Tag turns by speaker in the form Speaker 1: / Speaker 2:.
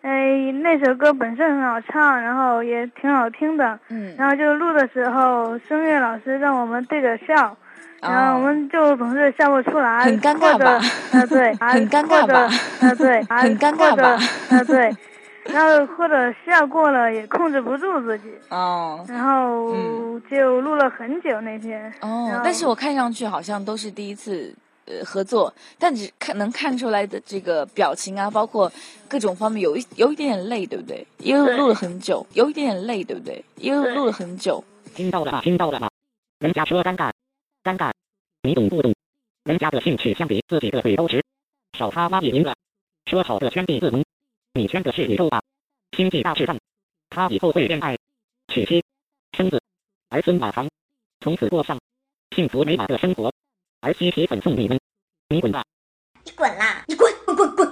Speaker 1: 哎，那首歌本身很好唱，然后也挺好听的。
Speaker 2: 嗯
Speaker 1: 然后就录的时候，声乐老师让我们对着笑，然后我们就总是笑不出来，
Speaker 2: 哦很尴尬
Speaker 1: 或者
Speaker 2: 吧
Speaker 1: 呃，对，啊
Speaker 2: 很尴尬吧
Speaker 1: 或者呃，对，啊
Speaker 2: 很尴尬吧
Speaker 1: 或者呃，对，然后或者笑过了也控制不住自己，
Speaker 2: 哦
Speaker 1: 然后就录了很久那天。
Speaker 2: 哦，但是我看上去好像都是第一次呃合作，但只看能看出来的这个表情啊，包括各种方面有一有一点点累，对不对？因为
Speaker 1: 对
Speaker 2: 录了很久，有一点点累，对不对？因为
Speaker 1: 对
Speaker 2: 录了很久。
Speaker 3: 听到了啊吧？听到了吧？人家说尴尬，尴尬，你懂不懂？人家的性取向比自己的腿都直，少他妈也赢了。说好的圈地自萌，你圈的是宇宙吧？星际大智障，他以后会恋爱、娶妻、生子，儿孙满堂，从此过上幸福美满的生活。儿媳媳粉送你们，你滚吧！
Speaker 4: 你滚啦！你滚滚滚滚！